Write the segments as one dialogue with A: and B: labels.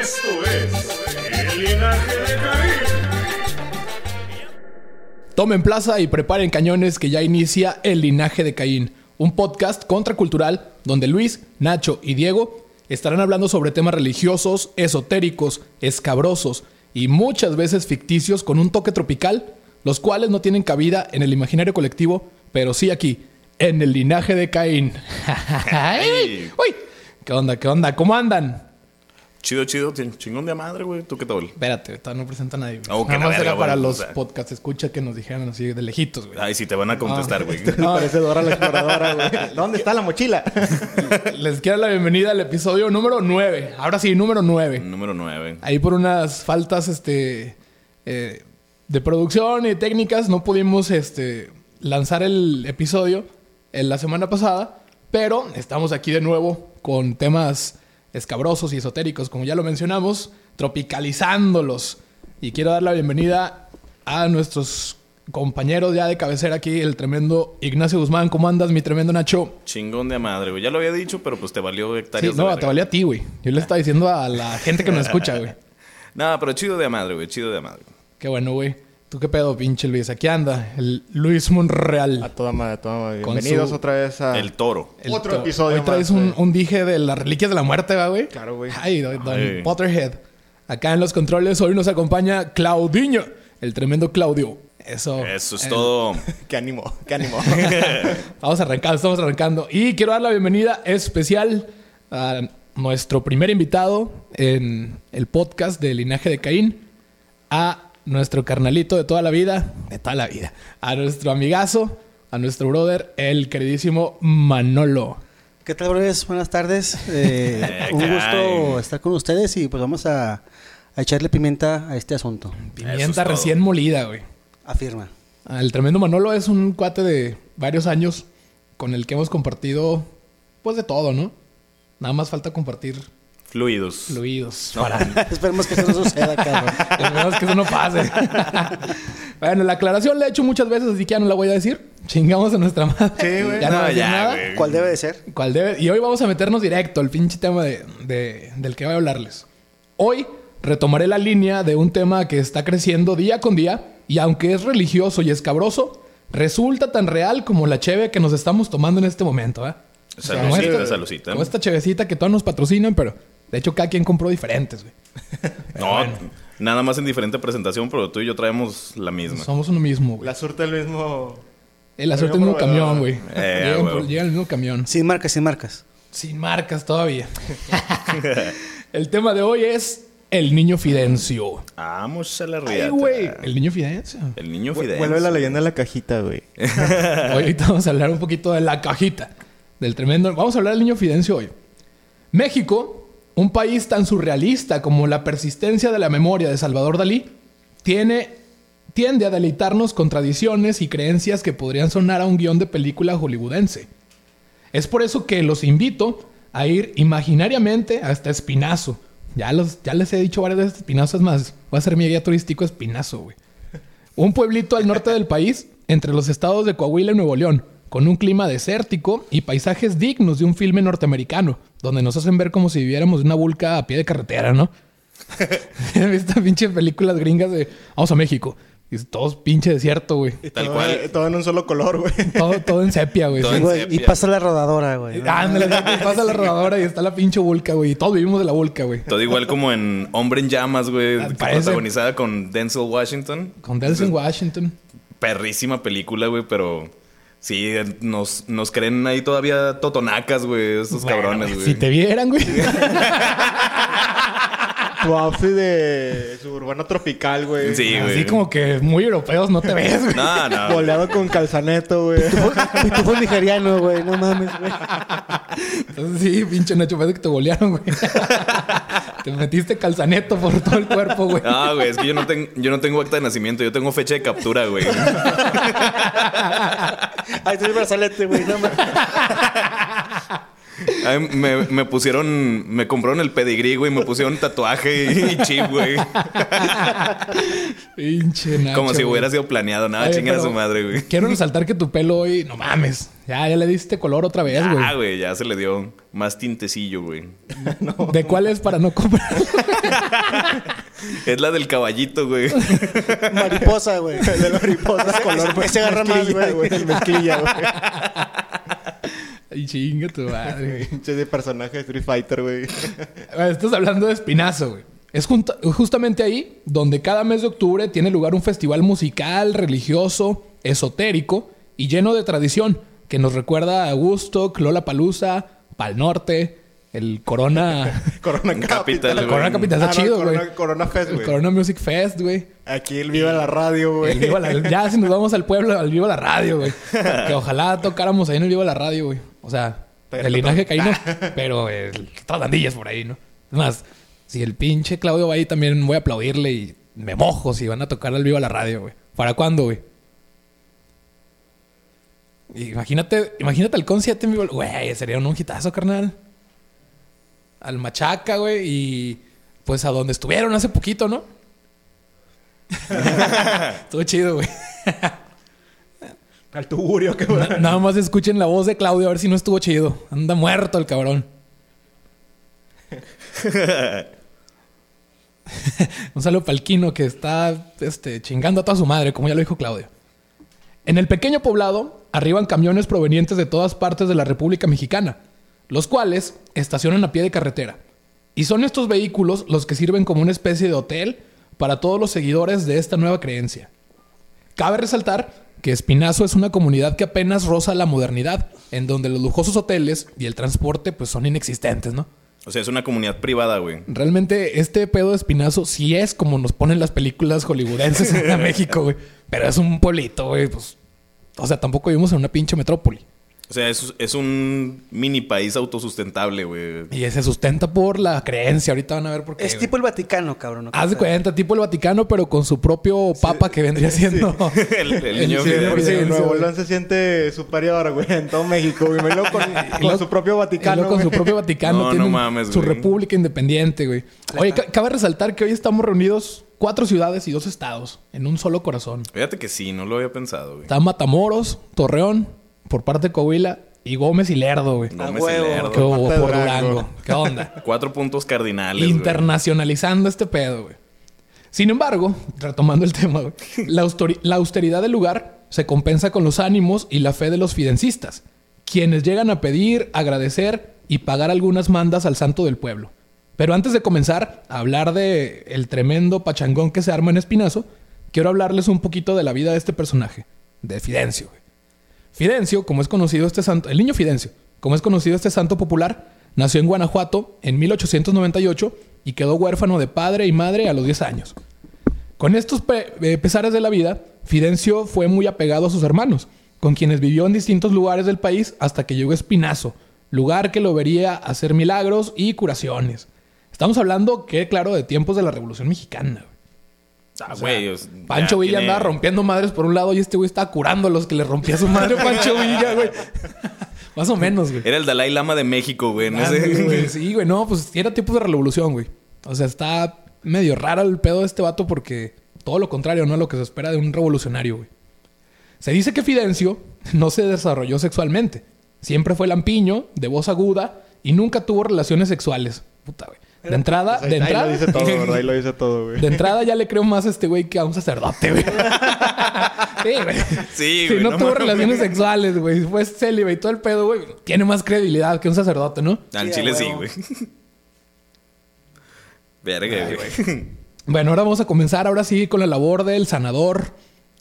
A: Esto es El Linaje de Karim.
B: Tomen plaza y preparen cañones que ya inicia El Linaje de Caín, un podcast contracultural donde Luis, Nacho y Diego estarán hablando sobre temas religiosos, esotéricos, escabrosos y muchas veces ficticios con un toque tropical, los cuales no tienen cabida en el imaginario colectivo, pero sí aquí, en El Linaje de Caín. ¡Ay! ¡Uy! ¿Qué onda? ¿Qué onda? ¿Cómo andan?
C: Chido, chido, chin- chingón de madre, güey. ¿Tú qué tal?
B: Espérate, todavía no presenta a nadie. güey.
C: Oh, que
B: Nada
C: la
B: más
C: verga,
B: era para
C: bueno,
B: los
C: o sea.
B: podcast escucha que nos dijeran así de lejitos, güey.
C: Ay, si te van a contestar, güey.
D: No, parece Dora la exploradora, güey. ¿Dónde está la mochila?
B: Les quiero la bienvenida al episodio número 9. Ahora sí, número 9.
C: Número 9.
B: Ahí por unas faltas este, eh, de producción y técnicas no pudimos este, lanzar el episodio en la semana pasada, pero estamos aquí de nuevo con temas escabrosos y esotéricos, como ya lo mencionamos, tropicalizándolos. Y quiero dar la bienvenida a nuestros compañeros ya de cabecera aquí, el tremendo Ignacio Guzmán. ¿Cómo andas, mi tremendo Nacho?
C: Chingón de madre, güey. Ya lo había dicho, pero pues te valió
B: Sí,
C: hectáreas. de
B: no,
C: verga.
B: te valía a ti, güey. Yo le estaba diciendo a la gente que nos escucha, güey.
C: No, pero chido de madre, güey. Chido de madre.
B: Qué bueno, güey. ¿Tú qué pedo, pinche Luis? Aquí anda el Luis Monreal.
D: A toda madre, a toda madre.
B: Con
D: Bienvenidos
B: su-
D: otra vez a...
C: El toro.
B: El
D: Otro
B: to-
D: episodio
B: Hoy traes
D: más,
B: un,
D: güey.
B: un dije de las reliquias de la muerte, ¿va, güey?
D: Claro, güey.
B: Ay, don, don
C: Ay.
B: Potterhead. Acá en los controles hoy nos acompaña Claudinho, el tremendo Claudio. Eso.
C: Eso es
B: Eh,
C: todo.
D: Qué ánimo, qué ánimo.
B: Vamos arrancando, estamos arrancando. Y quiero dar la bienvenida especial a nuestro primer invitado en el podcast de Linaje de Caín, a nuestro carnalito de toda la vida, de toda la vida, a nuestro amigazo, a nuestro brother, el queridísimo Manolo.
E: ¿Qué tal, brothers? Buenas tardes. Eh, un gusto
C: Caray.
E: estar con ustedes y pues vamos a, a echarle pimienta a este asunto.
C: Eso es
B: Pimienta
C: todo.
B: recién molida, güey.
E: Afirma.
B: El tremendo Manolo es un cuate de varios años con el que hemos compartido, pues de todo, ¿no? Nada más falta compartir
C: Fluidos.
B: fluidos.
C: No,
E: Esperemos que eso no suceda, cabrón.
B: Esperemos que eso no pase. bueno, la aclaración la he hecho muchas veces, así que ya no la voy a decir. Chingamos a nuestra madre.
D: Sí, güey.
B: Ya no,
C: no,
B: voy a decir
C: ya,
B: nada.
C: güey.
E: ¿Cuál debe de ser?
B: ¿Cuál debe? Y hoy vamos a meternos directo al pinche tema de, de- del que voy a hablarles. Hoy retomaré la línea de un tema que está creciendo día con día y aunque es religioso y escabroso, resulta tan real como la cheve que nos estamos tomando en este momento. ¿eh?
C: Salucita,
B: como esta-
C: salucita.
B: Como esta chevecita que todos nos patrocinan, pero de hecho cada quien compró diferentes, güey.
C: No, nada más en diferente presentación, pero tú y yo traemos la misma.
B: Somos uno mismo, güey.
D: la surte el mismo...
B: Eh, la suerte es mismo
D: Proveedor.
B: camión, güey.
C: Eh,
B: llega, en-
C: huevo.
B: llega en el mismo camión.
E: Sin marcas, sin marcas.
B: Sin marcas todavía. el tema de hoy es el niño Fidencio.
C: Vamos a la
B: Ay,
C: riata.
B: güey. El niño Fidencio.
C: El niño Fidel.
D: Vuelve la leyenda de la cajita, güey.
B: Eh, Hoy ahorita vamos a hablar un poquito de la cajita. Del tremendo. Vamos a hablar del niño Fidencio hoy. México, un país tan surrealista como la persistencia de la memoria de Salvador Dalí, tiene, tiende a deleitarnos con tradiciones y creencias que podrían sonar a un guión de película hollywoodense. Es por eso que los invito a ir imaginariamente hasta Espinazo. Ya, los, ya les he dicho varias veces Espinazo, es más, voy a ser mi guía turístico Espinazo, güey. Un pueblito al norte del país, entre los estados de Coahuila y Nuevo León, con un clima desértico y paisajes dignos de un filme norteamericano, donde nos hacen ver como si viviéramos en una vulca a pie de carretera, ¿no? ¿Han visto pinches películas gringas de vamos a México? Y es todo pinche desierto, güey.
C: Tal
D: Todo-
C: cual.
D: Todo en un solo color, güey.
B: Todo, todo en sepia, Ah. güey.
C: Todo
B: Sí.
C: en
E: Güey, y
C: sepia.
E: pasa la rodadora, güey. ¿no?
B: Ándale, güey, pasa la rodadora y está la pinche vulca, güey. Y todos vivimos de la vulca, güey.
C: Todo igual como en Hombre en Llamas, güey.
B: Ah,
C: que
B: parece.
C: Protagonizada con Denzel Washington.
B: Con Delson Washington.
C: Perrísima película, güey, pero... Sí, nos, nos creen ahí todavía totonacas, güey. Esos
B: Bueno,
C: cabrones, güey.
B: Si te vieran, güey.
D: Tu outfit de suburbano tropical, güey.
C: Sí, güey.
B: Así como que muy europeos no te ves, güey.
C: No, no.
D: Boleado con calzaneto, güey.
E: Y tú fue nigeriano, güey. No mames, güey.
B: Entonces, sí, pinche Nacho, parece que te golearon, güey. te metiste calzaneto por todo el cuerpo, güey.
C: No, Ah, güey, es que yo no, ten- yo no tengo acta de nacimiento, yo tengo fecha de captura, güey.
E: Ay, tú el brazalete, güey. No mames.
C: Ay, me, me pusieron, me compraron el pedigrí, güey, me pusieron tatuaje y, y chip, güey.
B: Pinche Nacho,
C: Como si
B: güey.
C: hubiera sido planeado, nada,
B: Oye,
C: chinga a
B: pero
C: su madre, güey.
B: Quiero resaltar que tu pelo hoy, no mames. Ya, ya le diste color otra vez, güey.
C: Ah, güey, ya se le dio más tintecillo, güey.
B: ¿De cuál es para no comprar?
C: Es la del caballito, güey.
E: Mariposa, güey.
D: De la mariposa color, güey.
E: Ese agarra más,
D: Mezclilla,
E: güey.
D: El mezclilla, güey.
B: Ay, chinga tu madre.
D: Pinche de personaje de Street Fighter, güey.
B: Bueno, Estás hablando de Espinazo, güey. Es junta- justamente ahí donde cada mes de octubre tiene lugar un festival musical, religioso, esotérico y lleno de tradición que nos recuerda a Woodstock, Lola Palusa, Pal Norte, el Corona.
D: Corona
C: Capital,
D: Capital.
B: el
C: güey.
B: Corona Capital
D: Ah,
B: está
D: no,
B: chido,
D: Corona-
B: güey.
D: Corona Fest,
B: El
D: güey.
B: Corona Music Fest, güey.
D: Aquí el Viva la Radio, güey.
B: El Viva la- ya si nos vamos al pueblo, al Viva la Radio, güey. Que ojalá tocáramos ahí en el Viva la Radio, güey. O sea,
D: Pero-
B: el linaje caíno, pero eh, el, otras bandillas por ahí, ¿no? Es más, si el pinche Claudio va ahí también voy a aplaudirle y me mojo si van a tocar al Viva la Radio, güey. ¿Para cuándo, güey? Imagínate, imagínate al concierto en vivo. Güey, sería un hitazo, carnal. Al Machaca, güey, y pues a donde estuvieron hace poquito, ¿no? Estuvo chido, güey.
D: Al tuburio, que
B: Na- Nada más escuchen la voz de Claudio a ver si no estuvo chido. Anda muerto el cabrón. Un saludo para el Quino que está este, chingando a toda su madre, como ya lo dijo Claudio. En el pequeño poblado arriban camiones provenientes de todas partes de la República Mexicana, los cuales estacionan a pie de carretera. Y son estos vehículos los que sirven como una especie de hotel para todos los seguidores de esta nueva creencia. Cabe resaltar que Espinazo es una comunidad que apenas roza la modernidad, en donde los lujosos hoteles y el transporte pues son inexistentes, ¿no?
C: O sea, es una comunidad privada, güey.
B: Realmente este pedo de Espinazo sí es como nos ponen las películas hollywoodenses en México, güey. Pero es un pueblito, güey, pues... O sea, tampoco vivimos en una pinche metrópoli.
C: O sea, es, es un mini país autosustentable, güey.
B: Y se sustenta por la creencia. Ahorita van a ver por qué.
E: Es
B: güey.
E: tipo el Vaticano, cabrón. ¿no?
B: Haz de cuenta, tipo el Vaticano, pero con su propio papa que vendría siendo...
C: El, el niño
B: Sí,
C: Fidel.
D: Por si
B: Evidencia,
D: Nuevo
B: güey.
D: León se siente superior, güey, en todo México, güey. Velo con, Ah, con
B: luego-
D: su propio Vaticano,
B: Luego con su
D: güey.
B: propio Vaticano.
C: No,
B: tiene
C: no
B: un-
C: mames,
B: Su
C: güey.
B: república independiente, güey. Oye, ca- cabe resaltar que hoy estamos reunidos cuatro ciudades y dos estados en un solo corazón.
C: Fíjate que sí, no lo había pensado, güey.
B: Está Matamoros, Torreón, por parte de Coahuila, y Gómez y Lerdo, güey.
E: Ah,
C: Gómez y
E: huevo.
C: Lerdo.
B: ¿Qué hubo
D: parte de
B: por
D: Durango.
B: Durango? ¿Qué onda?
C: Cuatro puntos cardinales. güey.
B: Internacionalizando este pedo, güey. Sin embargo, retomando el tema, güey, la, austori- la austeridad del lugar se compensa con los ánimos y la fe de los fidencistas, quienes llegan a pedir, agradecer y pagar algunas mandas al santo del pueblo. Pero antes de comenzar a hablar de el tremendo pachangón que se arma en Espinazo, quiero hablarles un poquito de la vida de este personaje, de Fidencio. güey. Fidencio, como es conocido este santo, el niño Fidencio, como es conocido este santo popular, nació en Guanajuato en 1898 y quedó huérfano de padre y madre a los 10 años. Con estos pe- eh, pesares de la vida, Fidencio fue muy apegado a sus hermanos, con quienes vivió en distintos lugares del país hasta que llegó a Espinazo, lugar que lo vería hacer milagros y curaciones. Estamos hablando, que claro, de tiempos de la Revolución Mexicana. güey.
C: Ah,
B: O sea,
C: güey. es- ya
B: Pancho Villa
C: tiene-
B: andaba rompiendo madres por un lado y este güey estaba curando a los que le rompía su madre Pancho Villa, güey. Más o menos, güey.
C: Era el Dalai Lama de México, güey. No
B: Ah, sí, güey.
C: sé.
B: Sí, güey. No, pues era tipo de revolución, güey. O sea, está medio raro el pedo de este vato porque todo lo contrario, ¿no? A lo que se espera de un revolucionario, güey. Se dice que Fidencio no se desarrolló sexualmente. Siempre fue lampiño, de voz aguda y nunca tuvo relaciones sexuales. Puta, güey. De entrada,
D: Pues ahí-
B: de
D: ahí
B: entrada.
D: lo dice todo, ¿verdad? Ahí lo dice todo, güey.
B: De entrada ya le creo más a este güey que a un sacerdote, güey. Sí, güey.
C: Sí,
B: Si
C: güey,
B: no,
C: no
B: tuvo
C: mames.
B: relaciones sexuales, güey. Fue célibe y todo el pedo, güey. Tiene más credibilidad que un sacerdote, ¿no?
C: Al
E: Sí,
C: chile
E: a
C: sí,
E: huevo.
C: güey. Verga, güey.
B: Bueno, ahora vamos a comenzar ahora sí con la labor del sanador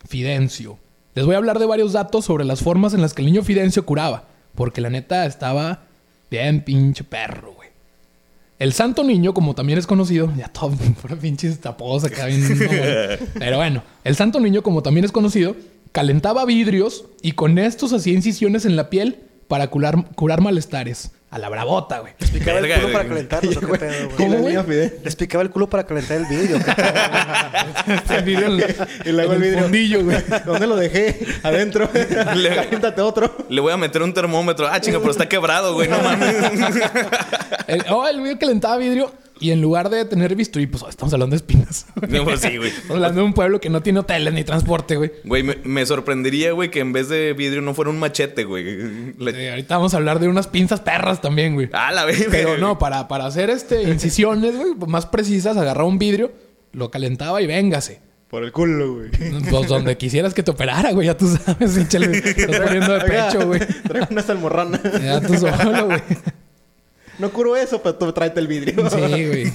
B: Fidencio. Les voy a hablar de varios datos sobre las formas en las que el niño Fidencio curaba, porque la neta estaba bien pinche perro, güey. El santo niño, como también es conocido, ya todo pura pinches taposa acá bien mamón. Pero bueno, el santo niño, como también es conocido, calentaba vidrios y con estos hacía incisiones en la piel para curar, curar malestares, a la bravota, güey.
E: Les picaba el
C: Verga,
E: culo para
C: güey.
E: calentarlo. ¿Qué pedo, güey?
B: ¿Cómo,
D: Y la
B: güey?
D: niña Fidel.
E: Les picaba el culo para calentar el vidrio. ¿qué pedo?
B: El vidrio Este en-
D: Y luego
B: en
D: el vidrio.
B: fondillo, güey.
D: ¿Dónde lo dejé? Adentro.
C: Le-
D: Caliéntate otro.
C: Le voy a meter un termómetro. Ah, chinga, pero está quebrado, güey. No mames.
B: El, oh, el vidrio calentaba vidrio y en lugar de tener bisturí, pues oh, estamos hablando de espinas.
C: No, pues sí, güey.
B: Estamos hablando de un pueblo que no tiene hoteles ni transporte, güey.
C: Güey, me, me sorprendería, güey, que en vez de vidrio no fuera un machete, güey. Le-
B: Eh, ahorita vamos a hablar de unas pinzas perras también, güey.
C: Ah, la verga.
B: Pero no, para, para hacer este incisiones, güey, más precisas, agarraba un vidrio, lo calentaba y véngase.
D: Por el culo, güey.
B: Pues donde quisieras que te operara, güey, ya tú sabes, pinche, le estás poniendo de
D: Oiga,
B: pecho, güey.
D: Trae una salmorrana.
B: Ya tú solo, güey.
D: No curo eso, pero tú tráete el vidrio.
B: Sí, güey.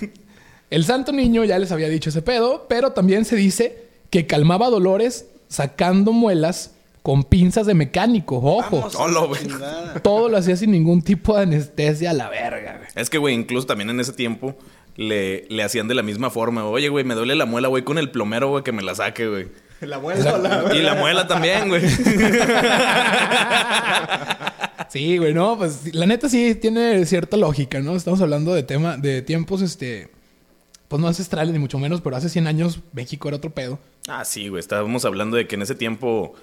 B: El santo niño ya les había dicho ese pedo, pero también se dice que calmaba dolores sacando muelas con pinzas de mecánico. Ojo,
C: Solo, güey.
E: Chingada.
B: todo lo hacía sin ningún tipo de anestesia a la verga, güey.
C: Es que, güey, incluso también en ese tiempo le, le hacían de la misma forma. Oye, güey, me duele la muela, güey, con el plomero, güey, que me la saque, güey.
D: La muela o la...
C: Y la muela también, güey.
B: Sí, güey, no, pues la neta sí tiene cierta lógica, ¿no? Estamos hablando de tema, de tiempos, este, pues no ancestrales ni mucho menos, pero hace 100 años México era otro pedo.
C: Ah, sí, güey. Estábamos hablando de que en ese tiempo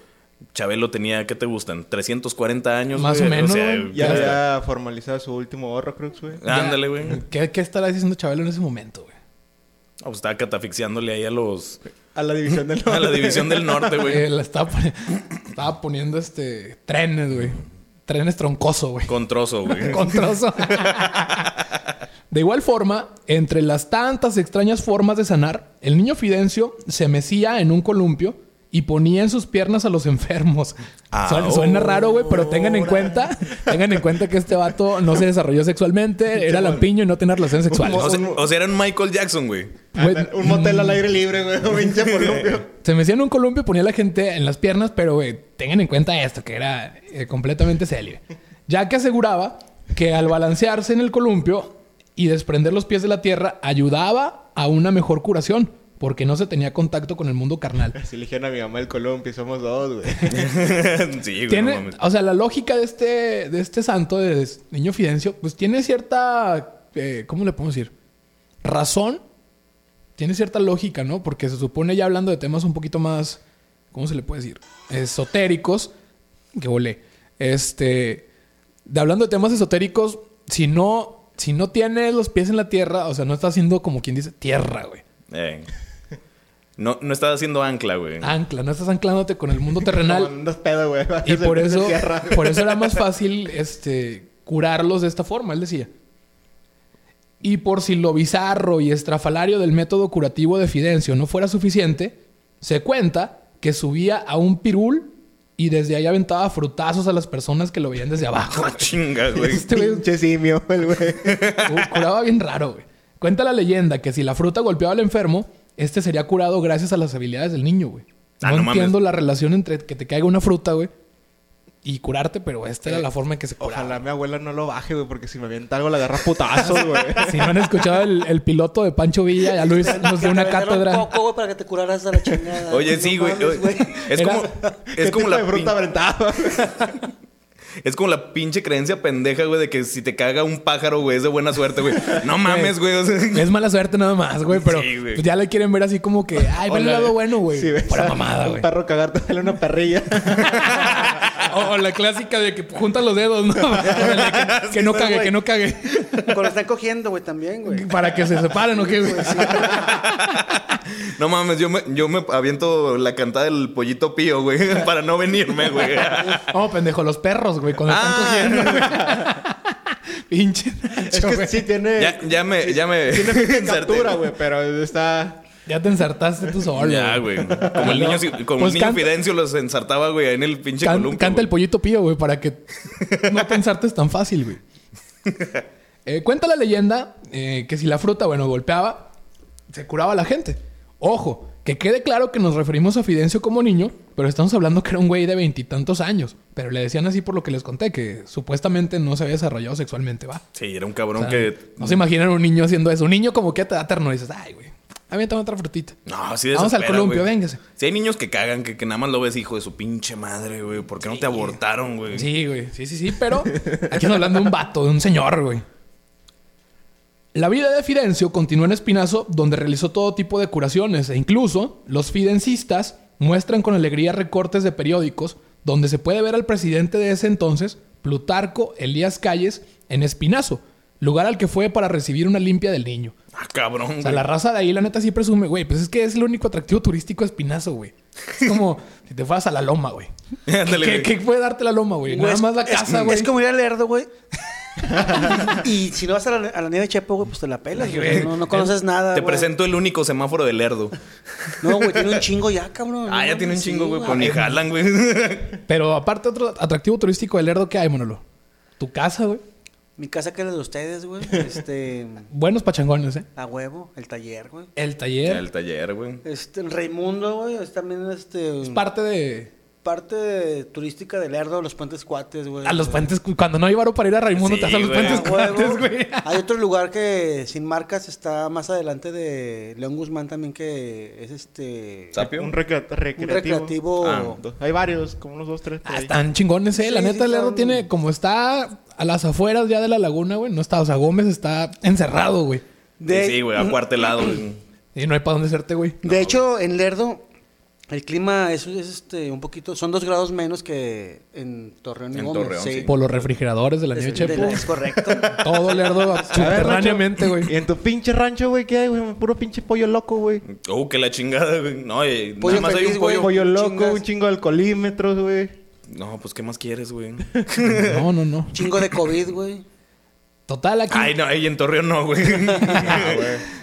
C: Chabelo tenía, ¿qué te gustan? 340 años,
B: Más
C: güey.
B: o menos, güey.
D: Ya había formalizado su último Horrocrux, güey.
C: Ándale, güey.
B: ¿Qué, qué estará diciendo Chabelo en ese momento, güey?
C: Ah, pues estaba catafixiándole ahí a los...
D: A la división del
C: A la división del norte, güey.
B: Eh, la estaba, poni- estaba poniendo este trenes, güey. Trenes troncoso, güey.
C: Con trozo, güey.
B: Con trozo. De igual forma, entre las tantas extrañas formas de sanar, el niño Fidencio se mecía en un columpio y ponía en sus piernas a los enfermos.
C: Ah,
B: Suena, suena raro, güey, pero tengan en cuenta, tengan en cuenta que este vato no se desarrolló sexualmente, era lampiño y no tenía relaciones sexuales.
C: O sea, o sea, era un Michael Jackson, güey.
B: Güey,
D: Un motel al aire libre, güey. Un pinche columpio.
B: Se mecía en un columpio, ponía a la gente en las piernas, pero güey, tengan en cuenta esto, que era eh, completamente célibe. Ya que aseguraba que al balancearse en el columpio y desprender los pies de la tierra, ayudaba a una mejor curación, porque no se tenía contacto con el mundo carnal.
D: Si eligieron a mi mamá el columpio, somos dos, güey.
C: sí, güey. no
B: Tiene,
C: mames.
B: o sea, la lógica de este, de este santo, de s- niño Fidencio, pues tiene cierta, eh, ¿cómo le podemos decir? Razón. Tiene cierta lógica, ¿no? Porque se supone ya hablando de temas un poquito más, ¿cómo se le puede decir? Esotéricos. Que volé. Este, de hablando de temas esotéricos, si no, si no tienes los pies en la tierra, o sea, no estás haciendo como quien dice tierra, güey.
C: Eh. No, no estaba haciendo ancla, güey.
B: Ancla, no estás anclándote con el mundo terrenal.
D: Como andas pedo, güey.
B: Y por
D: Haces
B: eso,
D: tierra, güey.
B: por eso era más fácil este, curarlos de esta forma, él decía. Y por si lo bizarro y estrafalario del método curativo de Fidencio no fuera suficiente, se cuenta que subía a un pirul y desde ahí aventaba frutazos a las personas que lo veían desde abajo.
C: Chinga, güey.
B: Este güey
D: Pinche simio, el güey.
B: cu- curaba bien raro, güey. Cuenta la leyenda que si la fruta golpeaba al enfermo, este sería curado gracias a las habilidades del niño, güey. No,
C: Ah, no mames.
B: entiendo la relación entre que te caiga una fruta, güey, y curarte, pero esta era la forma en que se curaba.
D: Ojalá mi abuela no lo baje, güey, porque si me avienta algo la agarra a putazos, güey.
B: Si no han escuchado el, el piloto de Pancho Villa, ya Luis nos dio Pues, una
E: Te aventaron
B: cátedra.
E: coco, güey, para que te curaras de la chingada.
C: Oye, sí,
E: No
C: güey.
E: mames,
C: Oye, Es
B: Era-
C: como,
D: ¿Qué
C: es como
D: tipo
C: la
D: de fruta
C: pin-
D: aventaba?
C: es como la pinche creencia pendeja, güey, de que si te caga un pájaro, güey, es de buena suerte, güey. No mames, güey. o sea,
B: Es mala suerte nada más, güey, pero
C: Sí, güey.
B: pues, ya le quieren ver así como que, ay, va el
D: Hola,
B: lado bueno, güey.
D: Si ves
B: Pura
D: a
B: mamada,
D: un
B: Ah, güey.
D: perro cagarte, dale una perrilla.
B: O, o la clásica de que juntan los dedos, ¿no? Órale, que, que no cague, que no cague.
E: Cuando están cogiendo, güey, también, güey.
B: Para que se separen, ¿o qué, güey?
C: no mames, yo me, yo me aviento la cantada del pollito pío, güey, para no venirme, güey.
B: Oh, pendejo, los perros, güey, cuando
C: Ah.
B: están cogiendo, güey. Pinche
D: es
B: Nacho,
D: que
B: güey.
D: sí tiene...
C: Ya, ya me, ya me.
D: Tiene pinche
C: inserté,
D: captura, güey, pero está...
B: Ya te ensartaste tú solo.
C: Ya, güey. Como el niño, como
B: Pues
C: el niño
B: canta-
C: Fidencio los ensartaba, güey, ahí en el pinche
B: Can-
C: columpio.
B: canta el
C: güey.
B: pollito pío, güey, para que no pensarte es tan fácil, güey. Eh, cuenta la leyenda eh, que si la fruta, bueno, golpeaba, se curaba la gente. Ojo, que quede claro que nos referimos a Fidencio como niño, pero estamos hablando que era un güey de veintitantos años. Pero le decían así por lo que les conté, que supuestamente no se había desarrollado sexualmente, va.
C: Sí, era un cabrón
B: O sea,
C: que.
B: No se imaginan un niño haciendo eso. Un niño como que te da terno y dices, ay, güey. aviéntame otra frutita.
C: No, sí
B: Vamos al
C: desespera,
B: columpio,
C: güey.
B: véngase.
C: Si hay niños que cagan, que, que nada más lo ves, hijo de su pinche madre, güey. ¿Por qué no te abortaron, güey?
B: Sí, güey. Sí, sí, sí, pero aquí ando hablando de un vato, de un señor, güey. La vida de Fidencio continuó en Espinazo, donde realizó todo tipo de curaciones e incluso los fidencistas muestran con alegría recortes de periódicos donde se puede ver al presidente de ese entonces, Plutarco Elías Calles, en Espinazo, lugar al que fue para recibir una limpia del niño.
C: Ah, cabrón,
B: O sea,
C: güey.
B: la raza de ahí, la neta, sí presume, güey. Pues es que es el único atractivo turístico de Espinazo, güey. Es como si te fueras a la loma, güey.
C: Ándale,
B: ¿Qué,
C: güey.
B: qué puede darte la loma, güey?
E: Güey,
B: Nada
E: es-
B: más la
E: es-
B: casa, güey.
E: Es, como ir al Lerdo, güey. y si no vas a la, a la nieve Chepo, güey, pues te la pelas, güey. No, no conoces nada.
C: Te
E: güey.
C: presento el único semáforo del Lerdo.
E: No, güey, tiene un chingo ya, cabrón.
C: Ah, ya
E: No,
C: tiene un
E: sí,
C: chingo, güey, pero ni jalan, güey.
B: Pero aparte, otro atractivo turístico del Lerdo que hay, Manolo. Tu casa, güey.
E: Mi casa que era de ustedes, güey. Este.
B: Buenos pachangones, ¿eh?
E: A huevo, el taller, güey.
B: El taller.
C: El taller, güey.
E: Este, el Raimundo, güey, es también este.
B: Es parte de.
E: parte de- turística del Lerdo, los puentes cuates, güey.
B: A los puentes. cu- Cuando no hay varo para ir a Raimundo,
C: Sí,
B: te vas a los
C: güey.
E: A
B: puentes
E: huevo.
B: cuates, güey.
E: Hay otro lugar que sin marcas está más adelante de León Guzmán también que es este
C: ¿Sapio?
D: Un recre-
E: un
D: recreativo.
E: recreativo.
C: Ah,
D: Hay varios, como unos dos, tres. por
B: Ah,
D: ahí.
B: están chingones, eh. la
E: Sí,
B: neta,
E: sí,
B: el Lerdo
E: son-
B: tiene. Como está a las afueras ya de la laguna, güey. No está. O sea, Gómez está encerrado, güey.
E: de
C: Sí, güey, acuartelado. güey.
B: Y no hay para dónde hacerte, güey.
E: de hecho, en Lerdo el clima es, es, este un poquito, son dos grados menos que en Torreón y
C: En
E: Gómez.
C: Torreón,
E: sí.
C: sí.
B: Por los refrigeradores de la
E: Es,
B: nieve
E: de la- es
B: Chepo.
E: correcto.
B: Todo Lerdo
D: A ver,
B: subterráneamente,
D: Nacho, ¿Y
B: güey.
D: en tu pinche rancho, güey? ¿Qué hay, güey? Puro pinche pollo loco, güey.
C: Oh, que la chingada, güey. No, eh,
E: Pollo
C: nada más hay
E: feliz,
C: un
E: güey.
C: pollo.
D: Pollo loco,
E: Chingas.
D: un chingo de alcoholímetros, güey.
C: No, pues, ¿qué más quieres, güey?
B: No, no, no.
E: Chingo de COVID, güey.
B: Total, aquí.
C: Ay, no, ahí en Torreón no, güey.
B: Ah,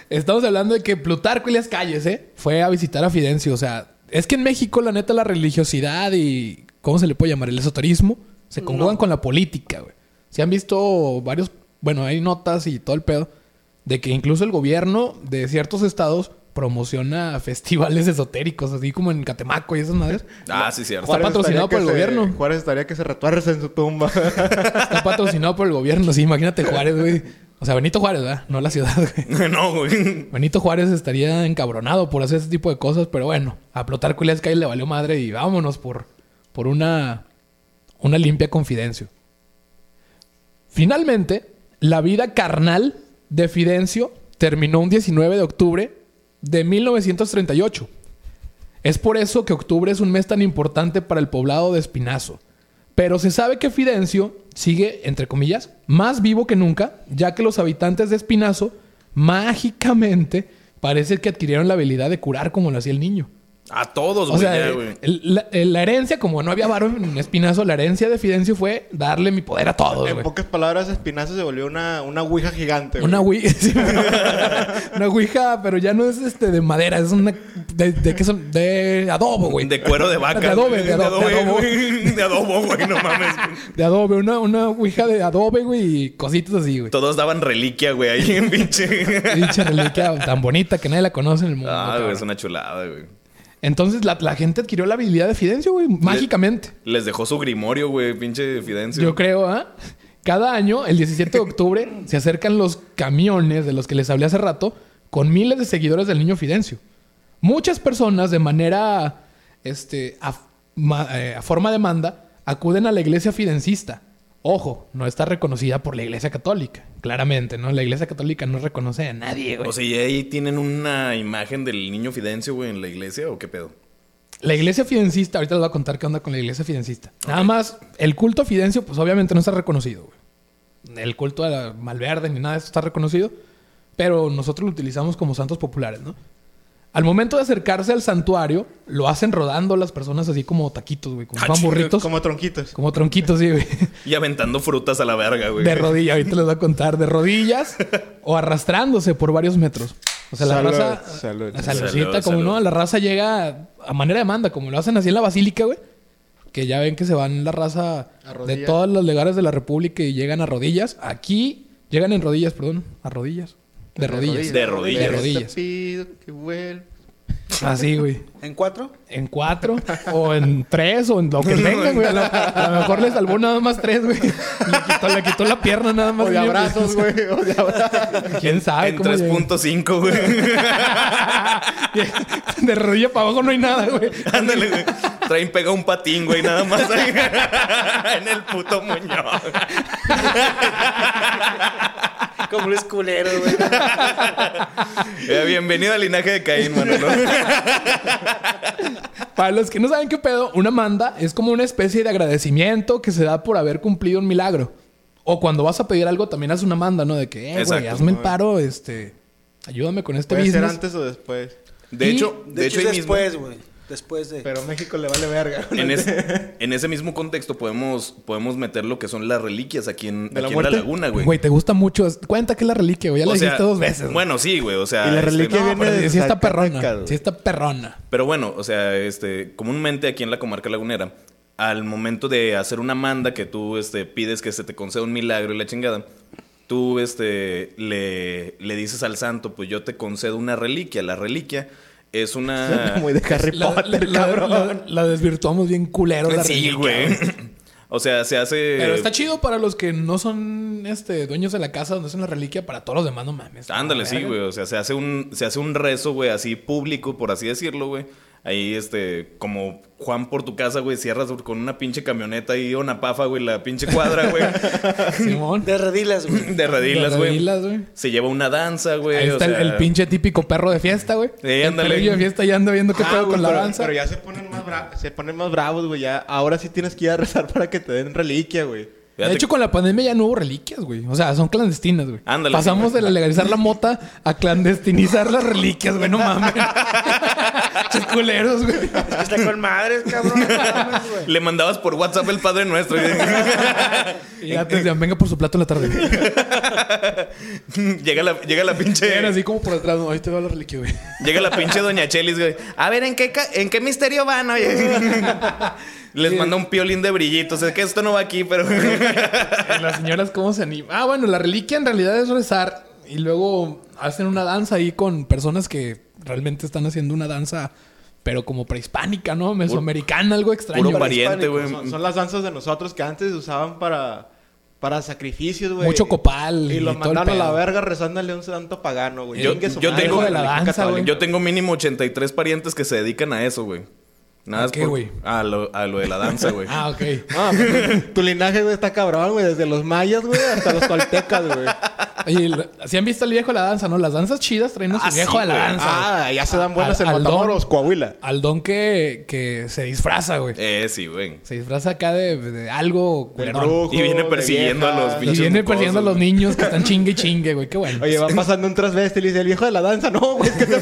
B: Estamos hablando de que Plutarco y las calles, ¿eh? Fue a visitar a Fidencio. O sea, es que en México, la neta, la religiosidad y. ¿Cómo se le puede llamar? El esoterismo se conjugan con la política, güey. Se han visto varios. Bueno, hay notas y todo el pedo de que incluso el gobierno de ciertos estados promociona festivales esotéricos, así como en Catemaco y esas madres.
C: ah, sí, cierto.
B: Juan-
D: Juárez
B: patrocinado
D: estaría que
B: por el
D: se-
B: gobierno.
D: Juárez estaría que se retuerce en su tumba.
B: Está patrocinado por el gobierno, sí, imagínate Juárez, güey. O sea, Benito Juárez, ¿verdad? No la ciudad, güey.
C: no, güey.
B: Benito Juárez estaría encabronado por hacer ese tipo de cosas, pero bueno, a Plutarco Elías Calles le valió madre y vámonos por, por una, una limpia confidencio. Finalmente, la vida carnal de Fidencio terminó un 19 de octubre de 1938. Es por eso que octubre es un mes tan importante para el poblado de Espinazo. Pero se sabe que Fidencio sigue, entre comillas, más vivo que nunca, ya que los habitantes de Espinazo mágicamente parece que adquirieron la habilidad de curar como lo hacía el niño.
C: A todos,
B: O
C: güey.
B: sea,
C: Pues
B: eh,
C: ya,
B: el-
C: güey.
B: la, el- la herencia, como no había varo en Espinazo, la herencia de Fidencio fue darle mi poder a todos,
D: en
B: güey.
D: pocas palabras, Espinazo se volvió una, una ouija gigante, güey.
B: Una ouija, sí, una ouija, pero ya no es este de madera, es una de, de qué son de adobo, güey.
C: De cuero de vaca.
B: De adobe, de adobe, de adobo.
C: güey. De adobo, güey, no mames. güey.
B: De adobe, una, una ouija de adobe, güey, y cositas así, güey.
C: Todos daban reliquia, güey, ahí en pinche.
B: Dicha reliquia tan bonita que nadie la conoce en el mundo.
C: Ah, güey,
B: cabrón.
C: es una chulada, güey.
B: Entonces la, la gente adquirió la habilidad de Fidencio, güey, mágicamente.
C: Les dejó su grimorio, güey, pinche Fidencio.
B: Yo creo, ¿ah? Cada año, el 17 de octubre, se acercan los camiones de los que les hablé hace rato con miles de seguidores del niño Fidencio. Muchas personas de manera, este, a, ma- eh, a forma de manda, acuden a la iglesia fidencista. Ojo, no está reconocida por la iglesia católica. Claramente, ¿no? La iglesia católica no reconoce a nadie, güey.
C: O sea, ¿y ahí tienen una imagen del niño Fidencio, güey, en la iglesia o qué pedo?
B: La iglesia fidencista, ahorita les voy a contar qué onda con la iglesia fidencista. Nada más, el culto a fidencio, pues obviamente no está reconocido, güey. El culto a la Malverde ni nada de eso está reconocido, pero nosotros lo utilizamos como santos populares, ¿no? Al momento de acercarse al santuario, lo hacen rodando las personas así como taquitos, güey, como
C: Ah,
B: van
C: chinga,
B: burritos, como...
D: Como tronquitos.
B: tronquitos, sí, güey.
C: Y aventando frutas a la verga, güey.
B: De rodillas, ahorita les voy a contar, de rodillas o arrastrándose por varios metros. O sea, la
D: Salud,
B: raza.
D: salud.
B: La saludcita,
C: Salud,
B: como
C: salud.
B: no, la raza llega a manera de manda, como lo hacen así en la basílica, güey. Que ya ven que se van la raza
D: A
B: de
D: rodillas.
B: todos los lugares de la república y llegan a rodillas. Aquí llegan en rodillas, perdón, a rodillas. De rodillas.
C: De rodillas.
B: De rodillas.
D: Te pido que vuelvas.
B: Así, güey.
E: ¿En cuatro?
B: En cuatro, o en tres, o en lo que tengan, güey. A lo, a lo mejor le salvó nada más tres, güey. Le quitó, le quitó la pierna nada más.
D: O de
B: güey.
D: abrazos, güey. O de abrazos.
B: ¿Quién sabe?
C: en
B: cómo llegó?
C: 3.5, güey.
B: de rodilla para abajo no hay nada, güey.
C: Ándale, güey. Traen pega un patín, güey, nada más. en el puto muñón.
E: Como un esculero, güey.
C: Eh, bienvenido al linaje de Caín, mano. ¿no?
B: Para los que no saben qué pedo, una manda es como una especie de agradecimiento que se da por haber cumplido un milagro. O cuando vas a pedir algo también haces una manda, ¿no? De que, eh, güey,
C: Exacto.
B: hazme el paro, este... Ayúdame con este
D: Puede ser
B: business.
D: antes o después.
C: De
B: Y-
C: hecho,
E: De, hecho,
C: ahí
E: es
C: mismo-
E: después, güey. Después de.
D: Pero a México le vale verga.
C: En, es- en ese mismo contexto podemos, podemos meter lo que son las reliquias aquí en,
D: ¿De la
C: aquí en la
D: muerte?
C: laguna, güey.
B: Güey, te gusta mucho. es- Cuenta que es la reliquia, güey. Ya la
C: O sea,
B: dijiste dos veces. güey.
C: Bueno, sí, güey. O sea,
D: Y la
C: este,
D: reliquia
C: no,
D: viene
C: pero-
B: Pero
D: de
B: sí está
D: Zacatecas,
B: perrona.
D: güey.
B: Sí está perrona.
C: Pero bueno, o sea, este, comúnmente aquí en la comarca lagunera, al momento de hacer una manda que tú este, pides que se te conceda un milagro y la chingada, tú este, le, le dices al santo, pues yo te concedo una reliquia. La reliquia es una...
D: Muy de Harry
B: La,
D: Potter,
B: la-
D: cabrón.
B: la- la desvirtuamos bien culero la
C: sí,
B: reliquia,
C: güey. O sea, se hace...
B: Pero está chido para los que no son este dueños de la casa donde es una reliquia, para todos los demás no mames.
C: Ah, Ándale, sí,
B: Verga.
C: güey. O sea, se hace un, se hace un rezo, güey, así público, por así decirlo, güey. Ahí, este, como Juan por tu casa, güey, cierras con una pinche camioneta y una pafa, güey, la pinche cuadra, güey.
B: Simón.
E: De redilas, güey.
C: De redilas,
B: De
C: güey.
B: redilas, güey.
C: Se lleva una danza, güey.
B: Ahí
C: o
B: está el-
C: sea,
B: el, pinche típico perro de fiesta, güey.
C: Eh, ándale.
B: El perrillo de fiesta ya anda viendo qué
D: Ah,
B: pedo
D: güey,
B: con la
D: pero,
B: danza.
D: pero ya se ponen más bravos, se ponen más bravos, güey. Ya ahora sí tienes que ir a rezar para que te den reliquia, güey.
B: De
C: fíjate-
B: hecho, con la pandemia ya no hubo reliquias, güey. O sea, son clandestinas, güey.
C: Ándale,
B: Pasamos
C: sí,
B: de
C: güey.
B: legalizar la mota a clandestinizar las reliquias, güey. No mames. Chos culeros, güey.
E: Está con madres, cabrón. no mames, güey.
C: le mandabas por WhatsApp el Padre Nuestro.
B: Y ya te decían, venga por su plato en la tarde.
C: y llega, la, llega la
B: Eran
C: pinche...
B: así como por atrás, no, ahí te va la reliquia, güey.
C: llega la pinche Doña Chelis, güey. A ver, ¿en qué, ca- ¿en qué misterio van? Oye? Les manda un piolín de brillitos. Es que esto no va aquí, pero...
B: Las señoras, ¿cómo se animan? Ah, bueno, la reliquia en realidad es rezar. Y luego hacen una danza ahí con personas que realmente están haciendo una danza, pero como prehispánica, ¿no? Mesoamericana, algo extraño.
C: puro
B: güey.
C: pariente. Pariente, güey.
D: Son, son las danzas de nosotros que antes usaban para, para sacrificios, güey.
B: Mucho copal
D: Y
B: y
D: lo
B: todo el
D: mandaron a la
B: pedo.
D: verga rezándole a un santo pagano, güey.
C: Yo-
D: Chingue su
C: yo
D: madre,
C: tengo-
D: güey,
B: de la
D: religión
B: danza,
D: católica.
B: güey.
C: Yo tengo mínimo 83 parientes que se dedican a eso, güey. Nada
B: ¿A
C: más
B: qué,
C: por-
B: güey?
C: A lo, a lo de la danza, güey.
B: Ah, ok.
D: Ah, pues, tu linaje, güey, está cabrón, güey. Desde los mayas, güey, hasta los toltecas, güey.
B: Ah, Oye, si han visto el viejo de la danza, ¿no? Las danzas chidas traen a su
C: Ah,
B: viejo
C: sí,
B: de la
C: güey.
B: danza. güey.
D: Ah, ya se dan buenas
B: Al-
D: en
B: al don.
D: Matamoros, Coahuila.
B: Al don que, que se disfraza, güey.
C: Eh, sí, güey.
B: Se disfraza acá de, de algo
D: Del
B: culerón.
D: brujo,
C: Y viene
D: de
C: persiguiendo a los
D: viejas.
B: Y
C: pinches
B: viene
C: mocosos,
B: persiguiendo a los
C: güey.
B: niños que están chingue y chingue, güey. Qué bueno.
D: Oye, va pasando un transvesti y le dice, el viejo de la danza, no, güey, es que se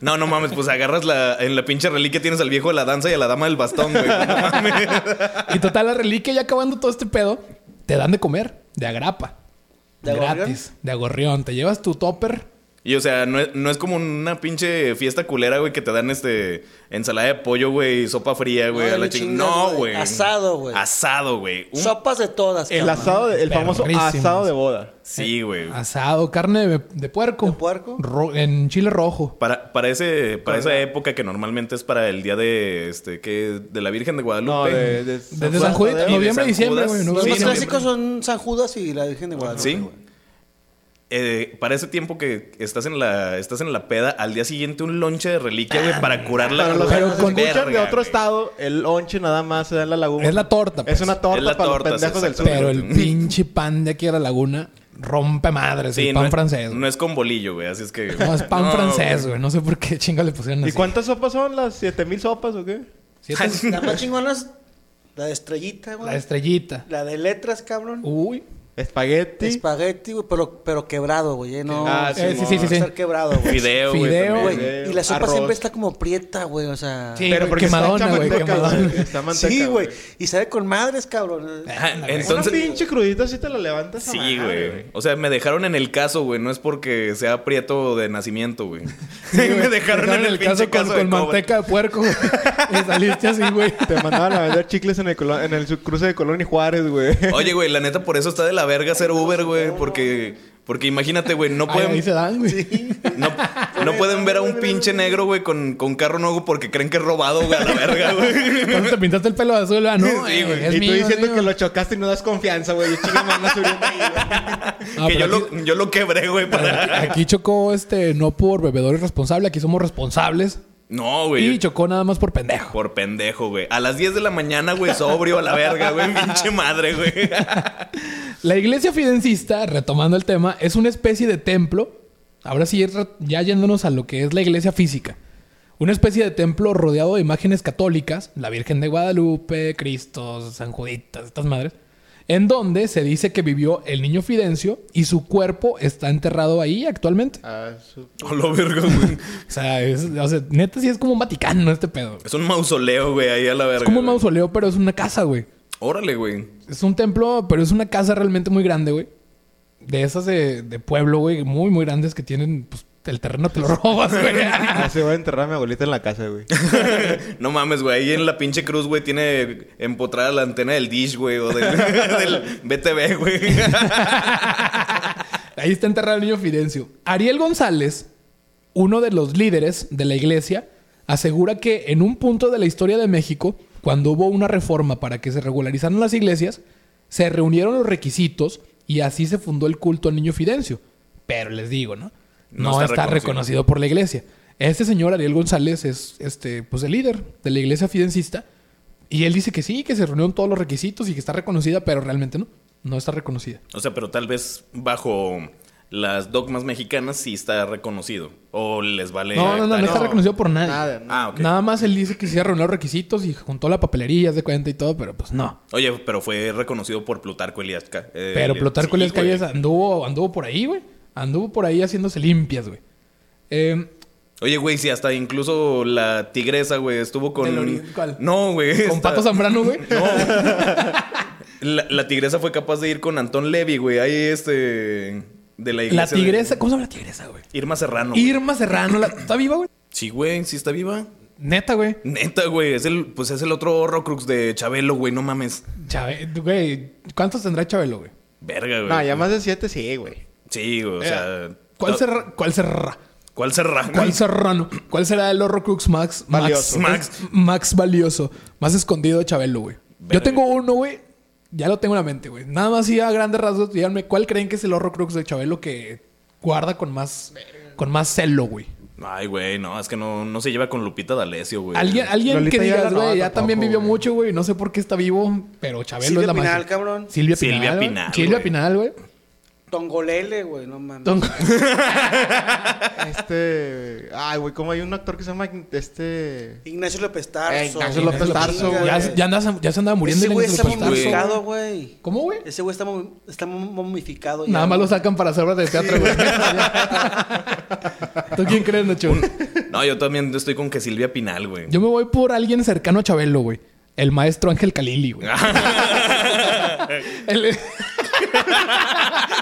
C: No, no mames, pues agarras la, en la pinche reliquia tienes al viejo de la danza y a la dama del bastón, güey. No mames.
B: Y total, la reliquia, ya acabando todo este pedo, te dan de comer, de agrapa.
E: ¿De
B: gratis, de agorrión. Te llevas tu topper.
C: Y o sea, no es, no es como una pinche fiesta culera, güey, que te dan este ensalada de pollo, güey, y sopa fría, güey,
E: No,
C: a la
E: le
C: ching-
E: chingas,
C: No,
E: güey.
C: güey.
E: Asado, güey.
C: Asado, güey. Un-
E: Sopas de todas,
D: El
E: cabrón.
D: asado, de- el famoso
B: Perrísimos.
D: asado de boda.
C: Sí, güey.
B: Asado, carne de, de puerco.
E: ¿De puerco?
B: Ro- en chile rojo.
C: Para, para, ese, para esa época que normalmente es para el día de este que de la Virgen de Guadalupe.
D: No, de, de,
B: Desde San Judito,
C: de
B: noviembre,
C: San
B: diciembre,
C: Judas.
B: güey.
E: Los
B: noviembre,
E: más
C: Sí,
B: diciembre.
E: clásicos son San Judas y la Virgen de Guadalupe.
C: Sí.
E: güey.
C: Eh, para ese tiempo que estás en la estás en la peda, al día siguiente un lonche de reliquia, güey, para curar la
D: Para los que
B: Ah, Pero
D: nos
B: con-
D: escuchan de
C: Verga,
D: otro
C: güey.
D: estado, el onche nada más se da en la laguna.
B: Es la torta, pues.
D: Es una torta
C: Es la
D: para
C: torta,
D: los pendejos
C: sí,
D: del sur.
B: Pero el
C: Espérate.
B: pinche pan de aquí a la laguna rompe madres.
C: Sí,
B: el pan
C: no, es-
B: francés. güey.
C: No es con bolillo, güey, así es que.
B: No, es pan
C: No,
B: francés, güey. No sé por qué chinga le pusieron
D: ¿Y
B: así.
D: cuántas sopas son? ¿Las 7000 sopas o qué?
B: Siete-
E: La más chingona es la de estrellita, güey.
B: la Uh, estrellita.
E: La de letras, cabrón.
B: Uy.
D: Espagueti.
E: Espagueti, güey, pero, pero quebrado, güey. eh, No,
D: Ah,
B: Eh, sí, sí, sí, sí.
E: estar quebrado,
C: güey.
E: güey.
B: Fideo,
C: Fideo, güey.
E: Güey,
C: también.
D: Fideo,
E: y la sopa
D: arroz.
E: siempre está como prieta, güey, o sea...
B: Sí, güey, quemadona,
D: está hecha
B: güey,
D: manteca,
B: quemadona.
D: güey. Está manteca,
E: Sí, güey. Y sabe con madres, cabrón.
B: Ah,
C: Ajá,
D: Entonces, una
C: Ah, Entonces.
D: pinche crudita así te la levantas. a
C: Sí,
D: madre,
C: güey. O sea, me dejaron en el caso, güey. No es porque sea prieto de nacimiento, güey. me dejaron en el, pinche
B: con,
C: caso, de
B: con
C: cobre.
B: manteca de puerco. güey. y saliste así, güey.
D: Te mandaban a vender chicles en el, colo- en el cruce de Colón y Juárez, güey.
C: Oye, güey, la neta, por eso está de la verga ser Uber, güey. Porque, Porque imagínate, güey, no pueden.
B: Ay, ahí se dan, güey.
C: No, no pueden ver a un pinche negro, güey, con, con carro nuevo porque creen que es robado, güey, a la verga, güey.
B: Cuando te pintaste el pelo de azul, ah, no,
C: Sí, güey.
B: eh, es
D: y
B: mío,
D: tú
B: es
D: diciendo
B: mío.
D: que lo chocaste y no das confianza, güey. Y chinga, manda subiendo ahí, güey.
B: Ah,
C: que yo
B: pero aquí-
C: lo, yo lo quebré, güey, para.
B: Aquí, aquí chocó este no por bebedor irresponsable, aquí somos responsables.
C: No,
B: Y
C: güey.
B: chocó nada más por pendejo.
C: Por pendejo, güey. A las 10 de la mañana, güey, sobrio a la verga, güey. Pinche madre, güey.
B: La iglesia fidencista, retomando el tema, es una especie de templo. Ahora sí, es re- ya yéndonos a lo que es la iglesia física. Una especie de templo rodeado de imágenes católicas, la Virgen de Guadalupe, Cristo, San Juditas, estas madres, en donde se dice que vivió el niño Fidencio y su cuerpo está enterrado ahí actualmente.
D: Ah, su-
C: A la verga, güey.
B: O sea, es, o sea, neta sí es como un Vaticano este pedo.
C: Es un mausoleo, güey, ahí a la verga.
B: Es como un
C: güey.
B: mausoleo, pero es una casa, güey.
C: Órale, güey.
B: Es un templo, pero es una casa realmente muy grande, güey. De esas de, de pueblo, güey, muy, muy grandes que tienen, pues, el terreno te lo robas, güey.
D: Ah, se va a enterrar a mi abuelita en la casa, güey.
C: No mames, güey. Ahí en la pinche cruz, güey, tiene empotrada la antena del Dish, güey, o del, del BTV, güey.
B: Ahí está enterrado el niño Fidencio. Ariel González, uno de los líderes de la iglesia, asegura que en un punto de la historia de México, cuando hubo una reforma para que se regularizaran las iglesias, se reunieron los requisitos y así se fundó el culto al niño Fidencio. Pero les digo, ¿no? No,
C: No
B: está,
C: está
B: reconocido.
C: reconocido.
B: por la iglesia. Este señor Ariel González es este, pues, el líder de la iglesia fidencista. Y él dice que sí, que se reunieron todos los requisitos y que está reconocida, pero realmente no. No está reconocida.
C: O sea, pero tal vez bajo las dogmas mexicanas sí está reconocido. O les vale.
B: No, no, no, no
C: Ah,
B: está reconocido por nadie.
D: Nada, no.
C: Ah, ok.
B: Nada más él dice que sí reunió los requisitos y juntó la papelería, haz de cuenta y todo, pero pues no.
C: Oye, pero fue reconocido por Plutarco Elías. Ca- eh,
B: pero
C: Elías-
B: Plutarco
C: Sí,
B: Elias
C: güey.
B: Calles anduvo, anduvo por ahí, güey. Anduvo por ahí haciéndose limpias, güey. Eh,
C: Oye, güey, si hasta incluso la tigresa, güey, estuvo con.
B: Del ori- ¿cuál?
C: No, güey.
B: con
C: esta-
B: Pato Zambrano, güey.
C: No. la, la tigresa fue capaz de ir con Antón Levy, güey. Ahí este. De la iglesia.
B: la
C: de-
B: tigresa, ¿cómo se llama la tigresa, güey?
C: Irma Serrano. güey.
B: Irma Serrano, la- ¿está viva, güey?
C: Sí, güey, sí está viva.
B: Neta, güey.
C: Neta, güey. Es el, pues es el otro Horrocrux de Chabelo, güey. No mames.
B: Chave- güey, ¿cuántos tendrá Chabelo, güey?
C: Verga, güey.
D: No, ya más de siete sí, güey.
C: Sí, güey. O sea.
B: Eh, ¿Cuál
C: to-
B: será? ¿Cuál será?
C: ¿Cuál serrano?
B: ¿Cuál serrano? ¿Cuál será el Horrocrux Max? Max
D: Valioso.
B: Max, Max valioso. Más escondido de Chabelo, güey. Yo
C: Verga.
B: tengo uno, güey. Ya lo tengo en la mente, güey. Nada más y a grandes rasgos, díganme cuál creen que es el Horrocrux de Chabelo que guarda con más con más celo, güey.
C: Ay, güey, no, es que no, no se lleva con Lupita D'Alessio, güey.
B: Alguien, alguien que
D: Lolita ya
B: digas,
D: la-
B: güey,
D: no,
B: ya
D: tampoco,
B: también vivió
D: güey.
B: mucho, güey. No sé por qué está vivo, pero Chabelo
E: Silvia
B: es la
E: Pinal,
B: magia.
E: cabrón.
B: Silvia Pinal.
C: Silvia
B: güey.
C: Pinal,
B: Silvia
C: güey.
B: Pinal, güey.
E: Tongolele, güey, no mames.
B: Don-
D: Este. Ay, güey, como hay un actor que se llama. Este.
E: Ignacio López Tarso.
D: Eh, Ignacio López Tarso, güey.
B: Ya, se- ya andas- ya se andaba muriendo
E: Ese
B: el
E: güey
B: Ignacio
E: está
B: López Tarso, güey.
E: momificado, güey.
B: ¿Cómo, güey?
E: Ese güey está, mom- está mom- momificado. ya,
B: Nada más
E: güey.
B: lo sacan para hacer obras de teatro, güey. ¿Tú quién crees, Nacho?
C: No, yo también estoy con que Silvia Pinal, güey.
B: Yo me voy por alguien cercano a Chabelo, güey. El maestro Ángel Calili, güey. El...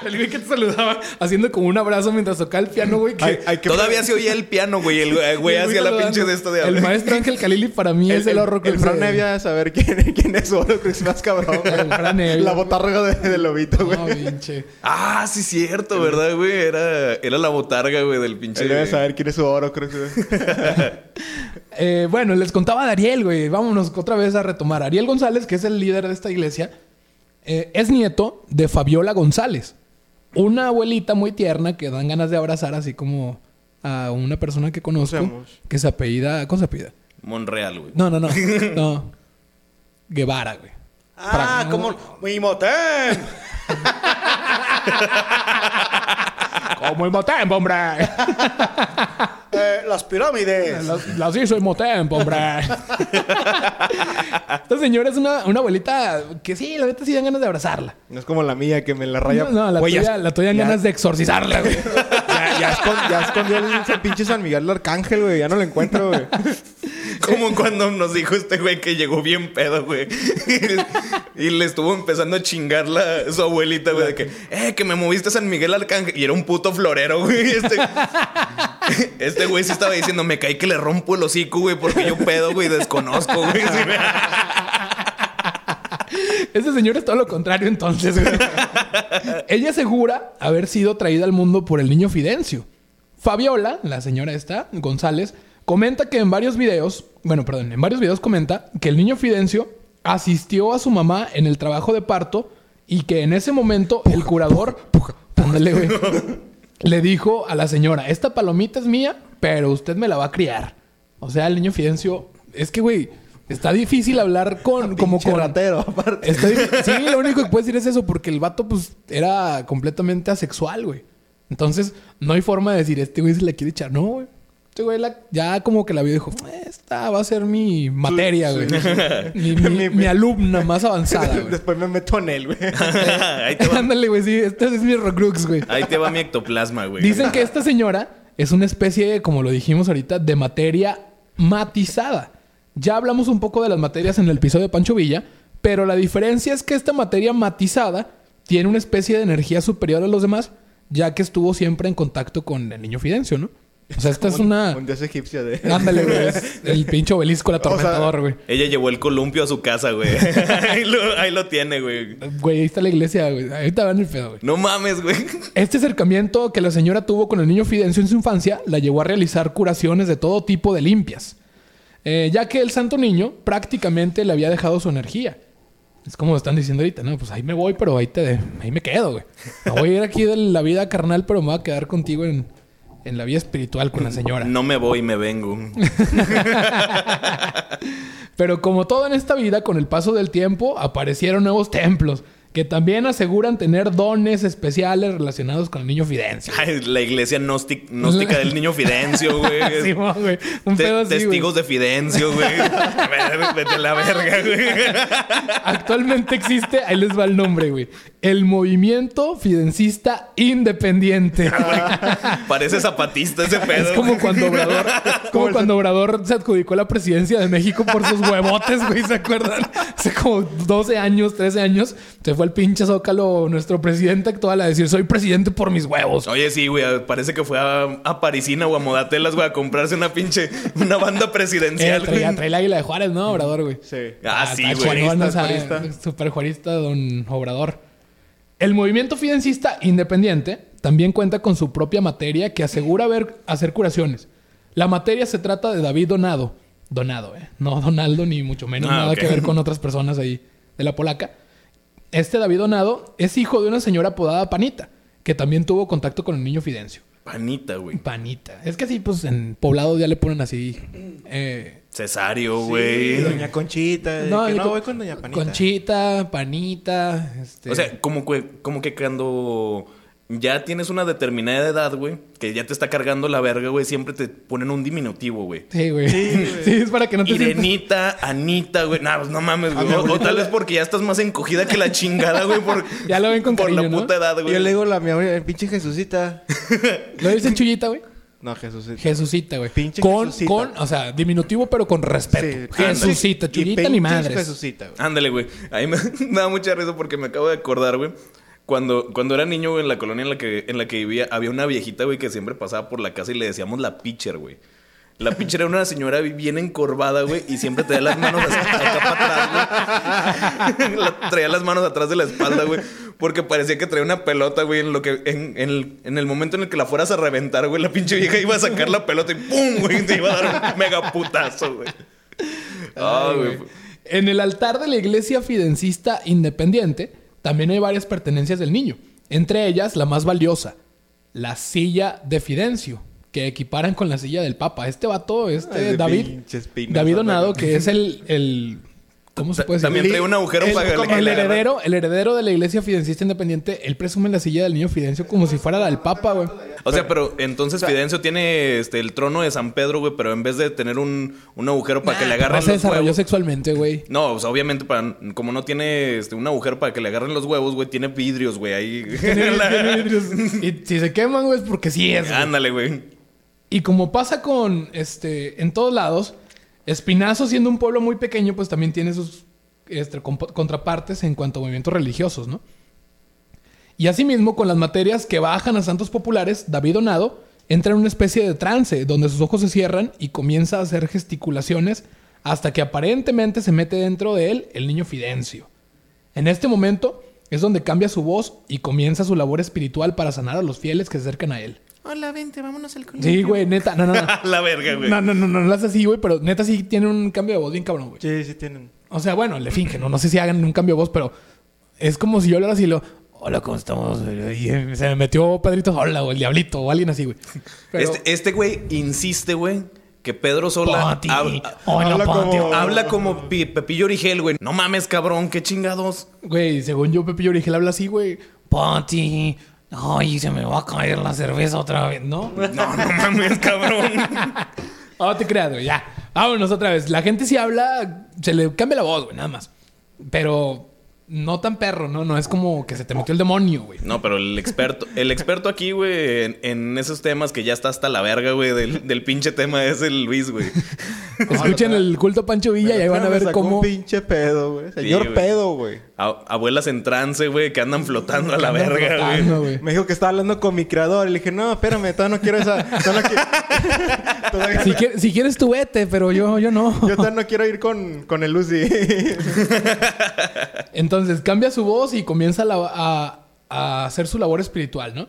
B: El güey que te saludaba haciendo como un abrazo mientras tocaba el piano, güey. que-
D: Ay, ay, qué-
C: Todavía se oía el piano, güey. El eh, güey
B: el
C: hacía la
B: saludando.
C: pinche de esto de
B: El maestro Ángel Calili para mí es el horror
D: El Fran Nevia de saber quién, quién es su Horrocrux más cabrón. güey.
B: El Fran Evia.
D: La botarga de, de lobito, güey.
B: No, pinche.
C: Ah, sí, cierto, ¿verdad, güey? Era, era la botarga, güey, del pinche.
D: Él debe saber quién es su Horrocrux, güey.
B: Eh, bueno, les contaba de Ariel, güey. Vámonos otra vez a retomar. Ariel González, que es el líder de esta iglesia, eh, es nieto de Fabiola González. Una abuelita muy tierna que dan ganas de abrazar así como a una persona que conozco.
D: Seamos.
B: Que se apellida... ¿Cómo se apellida?
C: Monreal, güey.
B: No, no, no. No. Guevara, güey.
E: Ah, como... ¡Mi motel!
B: Como el Motempo, hombre.
E: Eh, las pirámides.
B: Las, las hizo el Motempo, hombre. Esta señora es una, una abuelita que sí, la neta sí dan ganas de abrazarla.
D: No es como la mía que me la raya.
B: No, no, la
D: Güey, ya-
B: tuya, la tuya dan
D: ya-
B: ganas de exorcizarla, güey.
D: Ya, ya, escon- ya escondió el ese pinche San Miguel del Arcángel, güey. Ya no lo encuentro, güey.
C: Como cuando nos dijo este güey que llegó bien pedo, güey. y le estuvo empezando a chingar la, su abuelita, güey, de que, eh, que me moviste a San Miguel Arcángel. Y era un puto florero, güey. Este, este güey sí estaba diciendo, me caí que le rompo el hocico, güey, porque yo pedo, güey, desconozco, güey. Sí, güey.
B: Este señor es todo lo contrario entonces, güey. Ella asegura haber sido traída al mundo por el niño Fidencio. Fabiola, la señora esta, González, comenta que en varios videos, bueno, perdón, en varios videos comenta que el niño Fidencio asistió a su mamá en el trabajo de parto y que en ese momento el curador, ándale, güey, le dijo a la señora, esta palomita es mía, pero usted me la va a criar. O sea, el niño Fidencio, es que, güey, está difícil hablar con, como
D: Pinche
B: con...
D: ratero, aparte.
B: Está dif- sí, lo único que puedes decir es eso, porque el vato, pues, era completamente asexual, güey. Entonces, no hay forma de decir, este güey se la quiere echar. No, güey. Este güey la- ya como que la vio y dijo, esta va a ser mi materia, güey. Mi, mi-
D: Mi-
B: mi alumna más avanzada, güey.
D: Después me meto en él, güey.
C: Ahí te va,
B: Ándale, güey, sí, este es mi Rocrux, güey.
C: ahí te va mi ectoplasma, güey.
B: Dicen que esta señora es una especie, como lo dijimos ahorita, de materia matizada. Ya hablamos un poco de las materias en el episodio de Pancho Villa, pero la diferencia es que esta materia matizada tiene una especie de energía superior a los demás, ya que estuvo siempre en contacto con el niño Fidencio, ¿no? O sea, esta es una...
D: Un dios egipcio de.
B: Ándale, güey. es El pinche obelisco, el atormentador, güey.
C: Ella llevó el columpio a su casa, güey. ahí, lo, ahí lo tiene, güey.
B: Güey, ahí está la iglesia, güey. Ahorita van el pedo, güey.
C: No mames, güey.
B: Este acercamiento que la señora tuvo con el niño Fidencio en su infancia la llevó a realizar curaciones de todo tipo de limpias, Eh, ya que el santo niño prácticamente le había dejado su energía. Es como están diciendo ahorita, no, pues ahí me voy, pero ahí te de- ahí me quedo, güey. Me voy a ir aquí de la vida carnal, pero me voy a quedar contigo en, en la vida espiritual con la señora.
C: No me voy, me vengo.
B: Pero como todo en esta vida, con el paso del tiempo aparecieron nuevos templos que también aseguran tener dones especiales relacionados con el niño Fidencio.
C: Ay, la iglesia gnóstica, gnóstica del niño Fidencio, güey.
B: Sí, güey. Un
C: Te-
B: pedo así, güey.
C: testigos de Fidencio, güey. Vete- Vete a la verga, güey.
B: Actualmente existe, ahí les va el nombre, güey. El Movimiento Fidencista Independiente.
C: Parece zapatista ese Ah, pedo.
B: Es como
C: güey.
B: cuando Obrador, como cuando Obrador se adjudicó la presidencia de México por sus huevotes, güey, ¿se acuerdan? Hace como 12 años, 13 años, se fue al pinche Zócalo nuestro presidente actual a decir, soy presidente por mis huevos.
C: Oye, sí, güey. Parece que fue a, a Parisina o a Modatelas, güey, a comprarse una pinche... Una banda
B: Eh,
C: presidencial, güey.
B: traía, traía el águila de Juárez, ¿no, Obrador, güey?
D: Sí.
C: Ah, sí,
B: está
C: güey.
B: chonón, o sea,
D: juarista.
B: super juarista, don Obrador. El movimiento fidencista independiente también cuenta con su propia materia que asegura ver- hacer curaciones. La materia se trata de David Donado. Donado, ¿eh? No Donaldo, ni mucho menos
C: Ah,
B: nada
C: ok.
B: que ver con otras personas ahí de la polaca. Este David Donado es hijo de una señora apodada Panita, que también tuvo contacto con el niño Fidencio.
C: Panita, güey.
B: Panita. Es que sí, pues en poblado ya le ponen así. eh,
C: Cesario,
D: Y
C: güey.
D: Doña Conchita. No, que no voy con Doña Panita.
B: Conchita, Panita. Este...
C: O sea, como que, como que cuando ya tienes una determinada edad, güey, que ya te está cargando la verga, güey, siempre te ponen un diminutivo, güey.
B: Sí, güey. Sí, es para que no te sientas...
C: Irenita, Anita, güey. Nah, pues no mames, güey.
D: mi
C: O- O,
D: abuelita
C: tal
D: le-
C: vez porque ya estás más encogida que la chingada, güey. Por,
B: Ya lo ven con
C: por la
B: cariño, ¿no?
C: puta edad, güey.
D: Yo le digo la mi abuela, el pinche Jesucita.
B: ¿Lo dicen Chuyita, güey?
D: No, Jesucita.
B: Jesucita, güey.
D: Pinche
B: con,
D: Jesucita.
B: con, o sea, diminutivo, pero con respeto.
D: Sí,
B: Jesucita, Chuyita
D: ándale. Y
B: ni
D: pinche
B: madres.
D: Jesucita, güey.
C: Ándale, güey. Ahí me, me da mucha risa porque me acabo de acordar, güey. Cuando, cuando era niño, güey, en la colonia en la que, en la que vivía, había una viejita, güey, que siempre pasaba por la casa y le decíamos la pitcher, güey. La pitcher era una señora bien encorvada, güey, y siempre traía las manos así, acá para atrás, güey. La- traía las manos atrás de la espalda, güey. Porque parecía que traía una pelota, güey, en lo que, en, en el, en el momento en el que la fueras a reventar, güey, la pinche vieja iba a sacar la pelota y ¡pum! güey, te iba a dar un mega putazo, güey. Ay, güey.
B: En el altar de la iglesia fidencista independiente también hay varias pertenencias del niño. Entre ellas, la más valiosa, la silla de Fidencio, que equiparan con la silla del Papa. Este vato, este
D: Ay, de
B: David,
D: pinche espina,
B: David
D: esa
B: Donado,
D: madre.
B: que es el, el ¿cómo se puede decir?
C: También trae un agujero
D: el-
C: para
D: como
C: que
B: El
C: le agarre.
B: heredero, el heredero de la iglesia fidencista independiente, él presume la silla del niño Fidencio como si fuera la del Papa, güey.
C: O sea, pero entonces Fidencio tiene este, el trono de San Pedro, güey, pero en vez de tener un, un agujero para que le
B: No
C: agarren
B: se
C: los
B: desarrolló
C: huevos.
B: sexualmente, güey.
C: No, o sea, obviamente, para, como no tiene este, un agujero para que le agarren los huevos, güey, tiene vidrios, güey, ahí.
B: Tiene vidrios. y si se queman, güey, es porque sí es. güey.
C: Ándale, güey.
B: Y como pasa con este en todos lados, Espinazo siendo un pueblo muy pequeño, pues también tiene sus este, comp- contrapartes en cuanto a movimientos religiosos, ¿no? Y asimismo, con las materias que bajan a santos populares, David Donado entra en una especie de trance donde sus ojos se cierran y comienza a hacer gesticulaciones hasta que aparentemente se mete dentro de él el niño Fidencio. En este momento es donde cambia su voz y comienza su labor espiritual para sanar a los fieles que se acercan a él.
F: Hola, vente, vámonos al colegio.
B: Sí, güey, neta. No, no, no.
C: la verga, güey.
B: No, no, no, no, no es así, güey, pero neta sí tiene un cambio de voz bien cabrón, güey.
D: Sí, sí tienen.
B: O sea, bueno, le fingen, no, no sé si hagan un cambio de voz, pero es como si yo hablara así lo. Hola, ¿cómo estamos? Y eh, se me metió Pedrito Sola o el Diablito o alguien así, güey. Pero,
C: Este, este güey insiste, güey, que Pedro Sola
B: Pati,
C: habla,
B: hola,
D: habla
B: Pati.
D: como-
C: habla como Pi- Pepillo Origel, güey. No mames, cabrón, qué chingados.
B: Güey, según yo, Pepillo Origel habla así, güey.
F: Pati, ay, se me va a caer la cerveza otra vez.
B: ¿No?
C: No, no mames, cabrón.
B: Ah, te creas, güey, ya. Vámonos otra vez. La gente si habla, se le cambia la voz, güey, nada más. Pero no tan perro, ¿no? No es como que se te metió el demonio, güey.
C: No, pero el experto, el experto aquí, güey, en, en esos temas que ya está hasta la verga, güey, del, del pinche tema es el Luis, güey.
B: Escuchen el culto a Pancho Villa y ahí van a
D: Me
B: ver
D: sacó
B: cómo...
D: Un pinche pedo, güey. Señor
C: güey.
D: pedo, güey.
C: A- abuelas en trance, güey, que andan flotando a la verga,
B: Ah, no,
C: güey.
B: güey.
D: Me dijo que estaba hablando con mi creador. Y le dije, no, espérame, todavía no quiero esa. Todavía no quiero- todavía
B: Si,
D: no-
B: quie- si quieres tú vete, pero yo, yo no.
D: Yo todavía no quiero ir con, con el Lucy.
B: Entonces cambia su voz y comienza la- a, a hacer su labor espiritual, ¿no?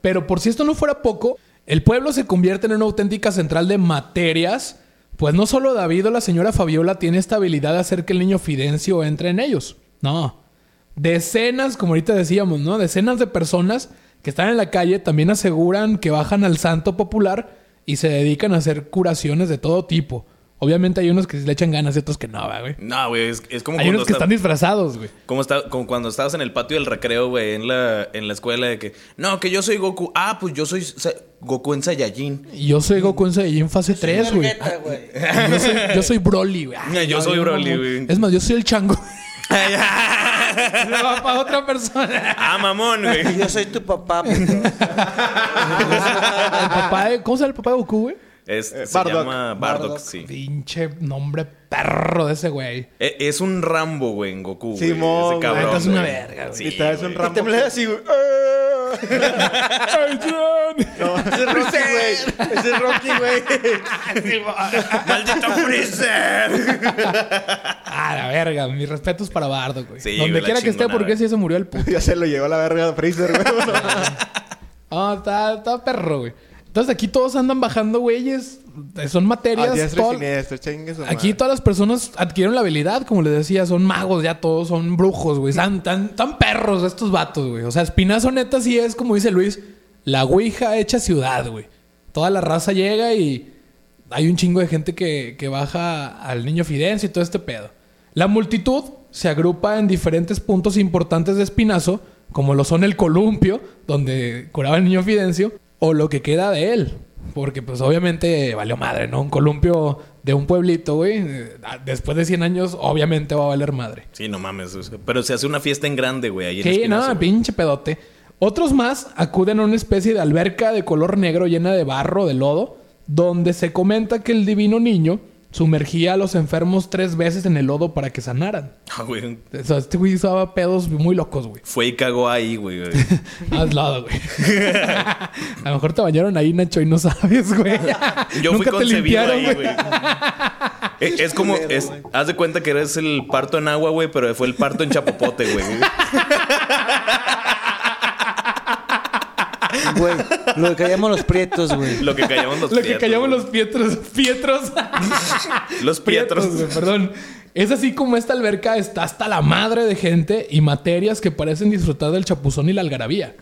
B: Pero por si esto no fuera poco, el pueblo se convierte en una auténtica central de materias, pues no solo David o la señora Fabiola tiene esta habilidad de hacer que el niño Fidencio entre en ellos, no. Decenas, como ahorita decíamos, ¿no? Decenas de personas que están en la calle también aseguran que bajan al santo popular y se dedican a hacer curaciones de todo tipo. Obviamente hay unos que le echan ganas y otros que no, ¿verdad, güey.
C: No, güey, es, es como
B: Hay
C: cuando
B: unos que
C: está-
B: están disfrazados, güey.
C: Como, está, como cuando estabas en el patio del recreo, güey, en la, en la escuela de que... No, que yo soy Goku. Ah, pues yo soy Sa- Goku en Saiyajin.
B: Y Yo soy Goku en Saiyajin fase 3, güey.
E: Vergueta, güey. Ah,
B: Yo soy, yo soy Broly, güey. Ah,
C: Yo soy
B: no,
C: Broly,
B: no.
C: güey.
B: Es más, yo soy el chango. va para otra persona.
C: ah, mamón, güey.
E: Y Yo soy tu papá, Pedro.
B: El papá de- ¿Cómo se llama el papá de Goku, güey?
C: Es- se
D: Bardock.
C: llama Bardock,
E: Bardock.
C: sí.
B: Pinche nombre perro de ese güey.
C: E- Es un Rambo, güey, en Goku. güey,
D: Simón,
C: ese cabrón.
B: güey. Es Ah, una
C: güey.
B: verga, güey.
C: Sí,
D: y "Oh". traes un
C: güey.
D: ramo.
E: Y te me le das así, güey.
B: ¡Ay, John!
D: No, ese es Rocky, güey. Ese es Rocky, güey.
C: ¡Maldito Freezer!
B: Ah, la verga. Mis respetos para Bardo, güey.
C: Sí,
B: Donde
C: güey, la
B: quiera que esté,
C: chingona,
B: porque
C: güey.
B: si se murió el puto.
D: Ya se lo llevó a la verga a Freezer, güey.
B: Ah, está, está perro, güey. Entonces aquí todos andan bajando, güeyes. Son materias.
D: A diestra y
B: todo-
D: siniestra, chingue su
B: Aquí
D: madre.
B: todas las personas adquirieron la habilidad, como les decía, son magos ya todos, son brujos, güey. Están tan, tan perros estos vatos, güey. O sea, Espinazo neta sí es, como dice Luis, la Ouija hecha ciudad, güey. Toda la raza llega y hay un chingo de gente que, que baja al niño Fidencio y todo este pedo. La multitud se agrupa en diferentes puntos importantes de Espinazo, como lo son el columpio, donde curaba el niño Fidencio, o lo que queda de él. Porque, pues, obviamente, valió madre, ¿no? Un columpio de un pueblito, güey. eh, Después de 100 años, obviamente va a valer madre.
C: Sí, no mames. o sea, Pero se hace una fiesta en grande, güey. ahí en
B: Sí, no,
C: Espinazo, güey.
B: pinche pedote. Otros más acuden a una especie de alberca de color negro llena de barro, de lodo, donde se comenta que el divino niño sumergía a los enfermos tres veces en el lodo para que sanaran.
C: Ah, güey.
B: O sea, este güey usaba pedos muy locos, güey.
C: Fue y cagó ahí, güey. güey.
B: Haz lodo, güey. a lo mejor te bañaron ahí, Nacho, y no sabes, güey.
C: Yo fui
B: Nunca te
C: concebido
B: limpiaron,
C: ahí, güey. Es, es como... es- haz de cuenta que eres el parto en agua, güey, pero fue el parto en chapopote, güey.
E: Güey, lo que llamamos los prietos, güey.
C: Lo que callamos los
B: Lo que
C: pietros,
B: callamos
C: güey.
B: los pietros. Pietros.
C: Los pietros.
B: güey, perdón. Es así como esta alberca está hasta la madre de gente y materias que parecen disfrutar del chapuzón y la algarabía.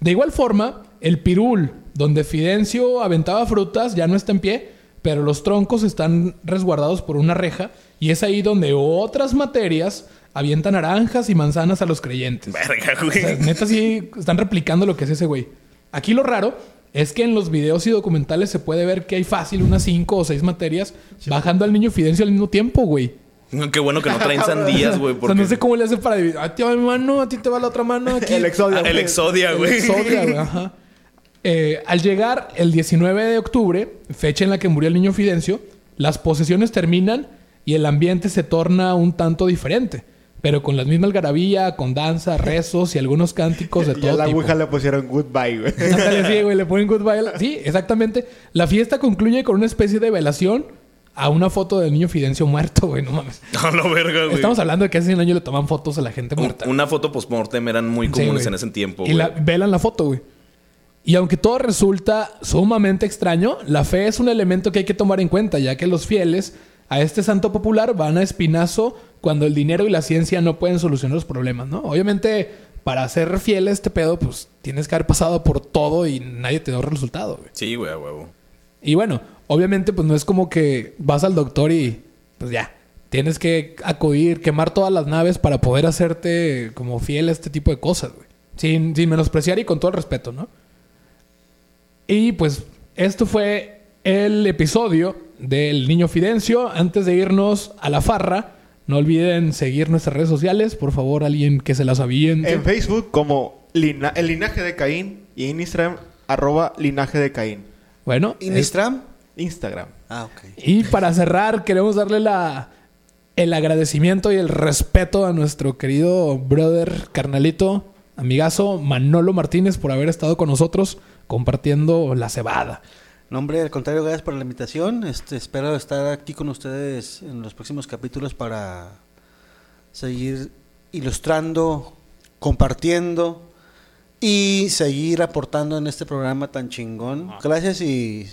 B: De igual forma, el pirul, donde Fidencio aventaba frutas, ya no está en pie, pero los troncos están resguardados por una reja y es ahí donde otras materias avientan naranjas y manzanas a los creyentes.
C: Verga,
B: O sea,
C: güey.
B: neta sí están replicando lo que es ese güey. Aquí lo raro es que en los videos y documentales se puede ver que hay fácil unas cinco o seis materias bajando al niño Fidencio al mismo tiempo, güey.
C: Qué bueno que no traen sandías, güey.
B: O sea,
C: Porque...
B: no sé cómo le hace para dividir. A ti va mi mano, a ti te va la otra mano. Aquí.
D: El exodio.
C: Ah, el Exodia,
B: El
C: güey.
B: Exodia, güey, ajá. Eh, al llegar el 19 de octubre, fecha en la que murió el niño Fidencio, las posesiones terminan y el ambiente se torna un tanto diferente. Pero con las mismas algarabía, con danza, rezos y algunos cánticos de
D: Y a
B: todo
D: la
B: tipo.
D: aguja le pusieron goodbye, güey.
B: Ándale, sí, güey, le ponen goodbye. a la- Sí, exactamente. La fiesta concluye con una especie de velación a una foto del niño Fidencio muerto, güey. No mames.
C: No, la verga, güey.
B: Estamos hablando de que hace 100 años le toman fotos a la gente
C: Un-
B: muerta.
C: Una foto post-mortem eran muy
B: Sí,
C: comunes
B: güey.
C: en ese tiempo,
B: Y
C: güey.
B: la, velan la foto, güey. Y aunque todo resulta sumamente extraño, la fe es un elemento que hay que tomar en cuenta, ya que los fieles a este santo popular van a espinazo cuando el dinero y la ciencia no pueden solucionar los problemas, ¿no? Obviamente, para ser fiel a este pedo, pues tienes que haber pasado por todo y nadie te da un resultado, güey.
C: Sí, güey, a huevo.
B: Y bueno, obviamente, pues no es como que vas al doctor y pues ya. Tienes que acudir, quemar todas las naves para poder hacerte como fiel a este tipo de cosas, güey. Sin, sin menospreciar y con todo el respeto, ¿no? Y pues esto fue el episodio del Niño Fidencio. Antes de irnos a la farra, no olviden seguir nuestras redes sociales. Por favor, alguien que se las aviente.
D: En Facebook como lina- El Linaje de Caín y en Instagram arroba Linaje de Caín.
B: Bueno,
E: ¿Y
B: es-
E: Mistram?
D: Instagram.
E: Ah, ok.
B: Y para cerrar, queremos darle la, el agradecimiento y el respeto a nuestro querido brother, carnalito, amigazo Manolo Martínez por haber estado con nosotros compartiendo la cebada.
E: No, hombre, al contrario, gracias por la invitación. Este, espero estar aquí con ustedes en los próximos capítulos para seguir ilustrando, compartiendo y seguir aportando en este programa tan chingón. Gracias y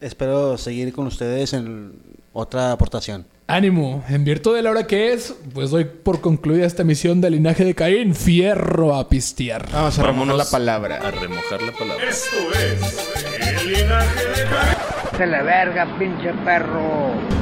E: espero seguir con ustedes en otra aportación.
B: Ánimo, en virtud de la hora que es, pues doy por concluida esta misión del linaje de Caín, fierro a pistear.
D: Vamos a remover
C: Vámonos
D: la palabra.
C: A remojar la palabra.
A: Esto es el linaje de Caín.
G: ¡Te la verga, pinche perro!